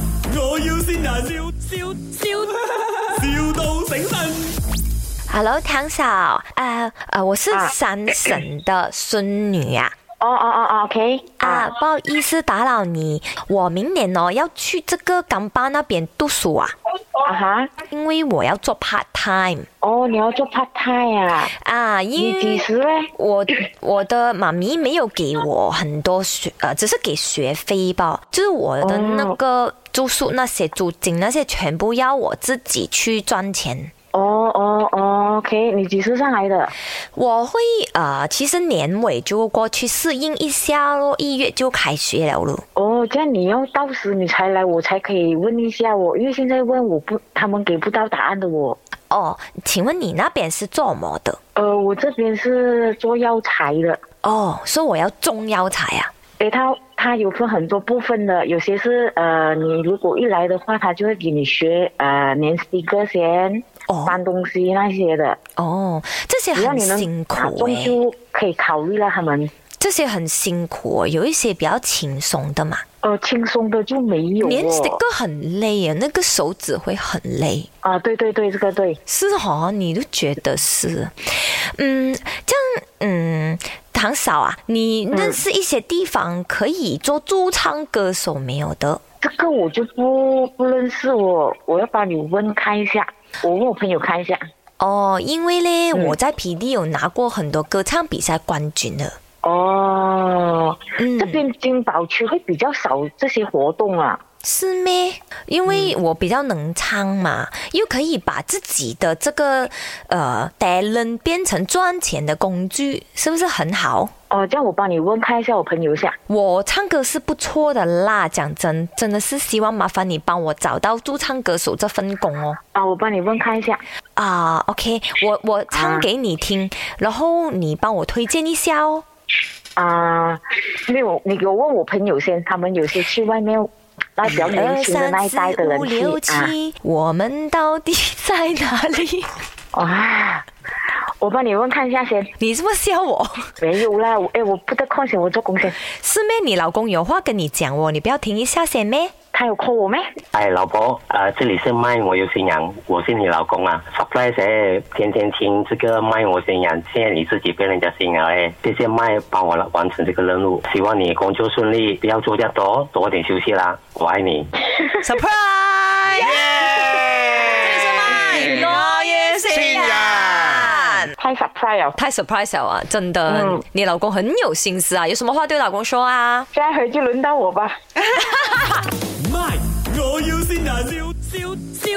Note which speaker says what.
Speaker 1: 要先人，笑笑笑，,笑到醒神。
Speaker 2: Hello，唐嫂，啊啊，我是
Speaker 3: 啊
Speaker 2: 三婶的孙女啊。
Speaker 3: 哦哦哦哦，OK
Speaker 2: 啊，
Speaker 3: 啊，
Speaker 2: 不好意思打扰你，我明年哦要去这个港巴那边读书啊，
Speaker 3: 啊哈，
Speaker 2: 因为我要做 part time
Speaker 3: 哦，你要做 part time 啊？
Speaker 2: 啊，因
Speaker 3: 你几
Speaker 2: 为
Speaker 3: 时嘞？
Speaker 2: 我我的妈咪没有给我很多学，呃，只是给学费吧，就是我的那
Speaker 3: 哦
Speaker 2: 个住宿那些租金那些全部要我自己去赚钱。
Speaker 3: 哦哦哦，OK，你几时上来的？
Speaker 2: 我会呃，其实年尾就过去适应一下咯，一月就开学了咯。
Speaker 3: 哦，这样你要到时你才来，我才可以问一下我，因为现在问我不，他们给不到答案的我。
Speaker 2: 哦，请问你那边是做什么的？
Speaker 3: 呃，我这边是做药材的，
Speaker 2: 哦，说我要种药材啊。
Speaker 3: 诶，他他有分很多部分的，有些是呃，你如果一来的话，他就会给你学呃粘 sticker 先，
Speaker 2: 哦
Speaker 3: 搬东西那些的，
Speaker 2: 哦，这些
Speaker 3: 只要
Speaker 2: 很
Speaker 3: 啊你能
Speaker 2: 辛苦欸
Speaker 3: 打中
Speaker 2: 诶、
Speaker 3: 就可以考虑了他们。
Speaker 2: 这些很辛苦、哦，有一些比较轻松的嘛。
Speaker 3: 呃，轻松的就没有
Speaker 2: 粘
Speaker 3: 哦。
Speaker 2: sticker 很累啊，那个手指会很累。
Speaker 3: 啊，对对对，这个对。
Speaker 2: 是哦，你都觉得是，嗯，这样，嗯，唐嫂啊，你
Speaker 3: 嗯
Speaker 2: 认识一些地方可以做驻唱歌手没有的？
Speaker 3: 这个我就不不认识我，我要帮你问看一下，我问我朋友看一下。
Speaker 2: 哦，因为呢，
Speaker 3: 嗯
Speaker 2: 我在 P D 有拿过很多歌唱比赛冠军的。
Speaker 3: 哦，
Speaker 2: 嗯
Speaker 3: 这边金宝区会比较少这些活动啊。
Speaker 2: 是咩？因为
Speaker 3: 嗯
Speaker 2: 我比较能唱嘛，又可以把自己的这个呃 talent 变成赚钱的工具，是不是很好？
Speaker 3: 哦，这样我帮你问看一下我朋友一下。
Speaker 2: 我唱歌是不错的啦，讲真，真的是希望麻烦你帮我找到驻唱歌手这份工哦。
Speaker 3: 啊，我帮你问看一下。
Speaker 2: 啊、o k 我我
Speaker 3: 啊
Speaker 2: 唱给你听，然后你帮我推荐一下哦。
Speaker 3: 啊，没有，你给我问我朋友先，他们有些去外面，那比较年
Speaker 2: 二
Speaker 3: 轻的
Speaker 2: 三
Speaker 3: 那一
Speaker 2: 四
Speaker 3: 代的人
Speaker 2: 五六
Speaker 3: 去啊。
Speaker 2: 七，我们到底在哪里？
Speaker 3: 啊哇，我帮你问看一下先。
Speaker 2: 你是不是笑我？
Speaker 3: 没有啦，我哎，我不得空闲，我做工先。
Speaker 2: 师妹，你老公有话跟你讲哦，你不要停一下先咩？
Speaker 3: 他有 call 我咩？
Speaker 4: 哎，老婆，啊、这里是麦，我有新娘，我是你老公啊。surprise，哎天天听这个麦我新娘，现在你自己变人家新娘哎，谢谢麦帮我完成这个任务，希望你工作顺利，不要做太多，多点休息啦，我爱你。
Speaker 5: Surprise！
Speaker 2: 这里是麦我也
Speaker 5: 新人。
Speaker 3: 太 surprise 了。
Speaker 2: 太 surprise 了啊！真的，
Speaker 3: 嗯
Speaker 2: 你老公很有心思啊，有什么话对老公说啊？
Speaker 3: 现在回去轮到我吧。
Speaker 1: My，我要先人，笑笑笑，